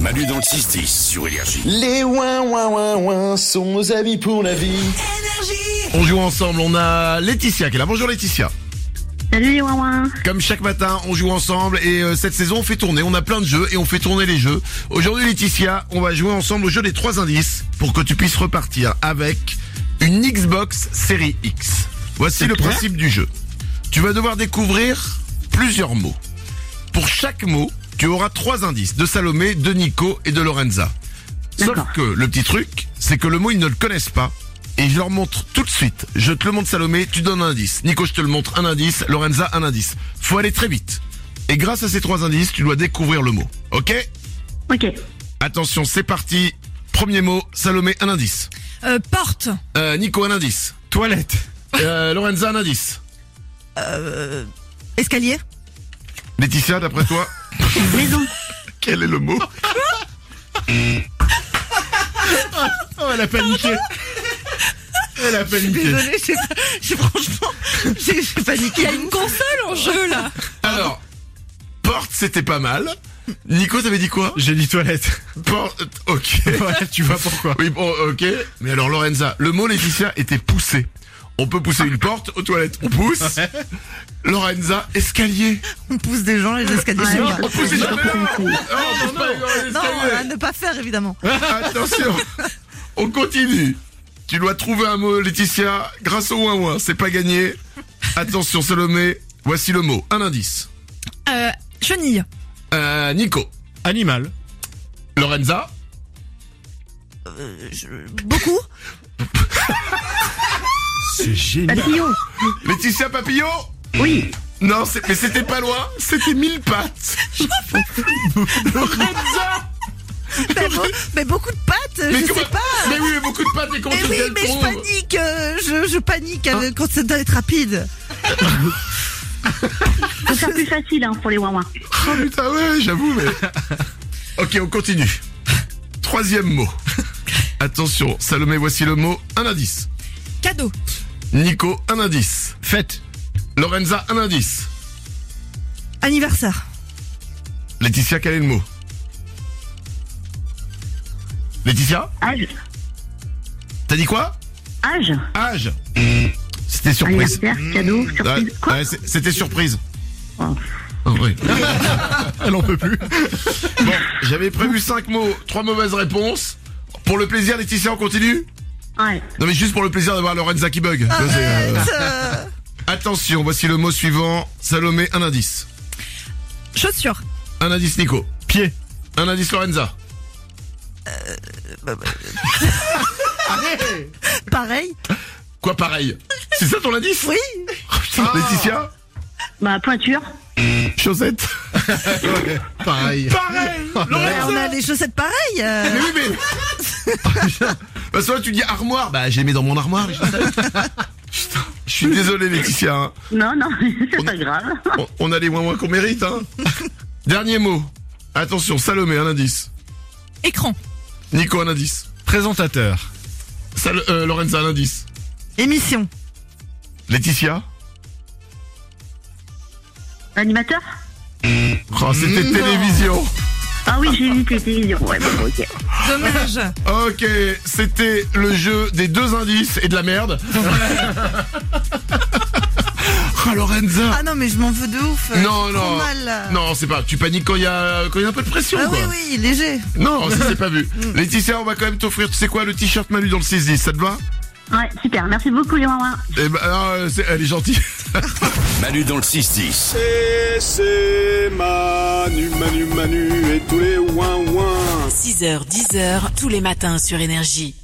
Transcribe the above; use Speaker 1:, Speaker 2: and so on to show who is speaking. Speaker 1: Manu dans le 6-10 sur Énergie.
Speaker 2: Les ouin ouin ouin ouin sont nos amis pour la vie.
Speaker 3: On joue ensemble, on a Laetitia qui est là. Bonjour Laetitia.
Speaker 4: Salut les Wawins.
Speaker 3: Comme chaque matin, on joue ensemble et euh, cette saison on fait tourner, on a plein de jeux et on fait tourner les jeux. Aujourd'hui Laetitia, on va jouer ensemble au jeu des trois indices pour que tu puisses repartir avec une Xbox série X. Voici le principe du jeu. Tu vas devoir découvrir plusieurs mots. Pour chaque mot, tu auras trois indices de Salomé, de Nico et de Lorenza. Sauf
Speaker 4: D'accord.
Speaker 3: que le petit truc, c'est que le mot ils ne le connaissent pas. Et je leur montre tout de suite. Je te le montre Salomé, tu donnes un indice. Nico, je te le montre un indice. Lorenza, un indice. Faut aller très vite. Et grâce à ces trois indices, tu dois découvrir le mot. Ok
Speaker 4: Ok.
Speaker 3: Attention, c'est parti. Premier mot, Salomé, un indice.
Speaker 5: Euh, porte.
Speaker 3: Euh, Nico, un indice.
Speaker 6: Toilette.
Speaker 3: Euh, Lorenza, un indice.
Speaker 5: Escalier.
Speaker 3: Laetitia, d'après toi,
Speaker 4: Maison.
Speaker 3: quel est le mot Oh, elle a paniqué. Elle a paniqué.
Speaker 5: Désolée, j'ai pas- j'ai franchement, j'ai j'ai paniqué. Il y a une console en jeu là.
Speaker 3: Alors, porte, c'était pas mal. Nico, t'avais dit quoi
Speaker 6: J'ai dit toilette.
Speaker 3: Porte, euh, ok.
Speaker 6: Ouais, tu vois pourquoi.
Speaker 3: Oui, bon, ok. Mais alors, Lorenza, le mot Laetitia était poussé. On peut pousser une porte aux toilettes. On pousse. Lorenza, escalier.
Speaker 5: On pousse des gens les escaliers.
Speaker 4: Ouais,
Speaker 5: Non,
Speaker 4: bah,
Speaker 3: On pousse jamais. Non, on pousse pas les
Speaker 5: non,
Speaker 3: escaliers.
Speaker 5: à ne pas faire évidemment.
Speaker 3: Attention, on continue. Tu dois trouver un mot, Laetitia, grâce au ouin ouin. C'est pas gagné. Attention, Salomé. Voici le mot. Un indice.
Speaker 5: Euh, chenille.
Speaker 3: Euh, Nico.
Speaker 6: Animal.
Speaker 3: Lorenza.
Speaker 5: Beaucoup.
Speaker 6: C'est génial.
Speaker 4: Papillon.
Speaker 3: Laetitia Papillon
Speaker 4: Oui.
Speaker 3: Non, c'est- mais c'était pas loin. C'était mille pattes. Lorenza
Speaker 5: Mais, be- mais beaucoup de pattes.
Speaker 3: Mais
Speaker 5: je
Speaker 3: comment-
Speaker 5: sais pas.
Speaker 3: Mais oui, mais beaucoup de pattes. Mais comment
Speaker 5: Mais
Speaker 3: tu
Speaker 5: oui,
Speaker 3: fais le
Speaker 5: mais je
Speaker 3: prouve
Speaker 5: panique. euh, je, je panique avec- quand ça doit être rapide.
Speaker 4: Faut faire plus facile hein, pour les Wawins.
Speaker 3: Oh putain, ouais, j'avoue, mais. ok, on continue. Troisième mot. Attention, Salomé, voici le mot. Un indice.
Speaker 5: Cadeau.
Speaker 3: Nico, un indice.
Speaker 6: Fête.
Speaker 3: Lorenza, un indice.
Speaker 5: Anniversaire.
Speaker 3: Laetitia, quel est le mot Laetitia
Speaker 4: Âge.
Speaker 3: T'as dit quoi
Speaker 4: Âge.
Speaker 3: Âge C'était surprise.
Speaker 4: Anniversaire. Cadeau.
Speaker 3: Mm, Ouais,
Speaker 4: Surprise. Quoi
Speaker 3: ouais, c'est- C'était surprise.
Speaker 4: Oh.
Speaker 3: Ah, oui. Elle en peut plus. Bon, j'avais prévu cinq mots, trois mauvaises réponses. Pour le plaisir, Laetitia, on continue
Speaker 4: Ouais.
Speaker 3: Non mais juste pour le plaisir d'avoir Lorenza qui bug.
Speaker 5: Ah,
Speaker 3: Ça, c'est, euh,
Speaker 5: Euh,
Speaker 3: Attention, voici le mot suivant. Salomé, un indice.
Speaker 5: chaussures.
Speaker 3: Un indice Nico.
Speaker 6: Pied.
Speaker 3: Un indice Lorenza.
Speaker 5: Pareil.
Speaker 3: Quoi pareil C'est ça ton indice Oh,
Speaker 5: Oui.
Speaker 3: Ah. Laetitia
Speaker 4: Bah pointure.
Speaker 3: Chaussettes
Speaker 6: Pareil.
Speaker 3: Pareil
Speaker 5: Bah, on
Speaker 3: Lorenza
Speaker 5: a des chaussettes pareilles. euh.
Speaker 3: Mais oui mais... bah soit tu dis armoire, bah j'ai mis dans mon armoire les chaussettes. Putain, je suis désolé Laetitia. hein.
Speaker 4: Non, non,
Speaker 3: On-
Speaker 4: c'est pas grave.
Speaker 3: On, on a les moins moins qu'on mérite. Hein. Dernier mot. Attention, Salomé, un indice.
Speaker 5: Écran.
Speaker 3: Nico, un indice.
Speaker 6: Présentateur.
Speaker 3: Sal- euh, Lorenza, un indice.
Speaker 5: Émission.
Speaker 3: Laetitia
Speaker 4: Animateur.
Speaker 3: Oh, c'était télévision.
Speaker 4: Ah oui, j'ai vu que les télévisions. Ouais, bon, ok.
Speaker 5: Dommage.
Speaker 3: Ok, c'était le jeu des deux indices et de la merde. oh, Lorenza.
Speaker 5: Ah non, mais je m'en veux de ouf.
Speaker 3: non,
Speaker 5: J'ai Ah, trop
Speaker 3: non.
Speaker 5: mal, là.
Speaker 3: Non, c'est pas. Tu paniques quand il y a, quand il y a un peu de pression,
Speaker 5: Ah
Speaker 3: quoi.
Speaker 5: oui, oui, Mm. léger.
Speaker 3: Non, ça c'est pas vu. Laetitia, on va quand même t'offrir, tu sais quoi, le t-shirt Manu dans le 6 ça te va?
Speaker 4: Ouais, super. Merci beaucoup les Wawins.
Speaker 3: Eh ben, euh, c'est- elle est gentille.
Speaker 1: Manu dans le 6-10.
Speaker 7: Et c'est Manu, Manu, Manu et tous les ouin-ouin.
Speaker 8: 6h, 10h, tous les matins sur Énergie.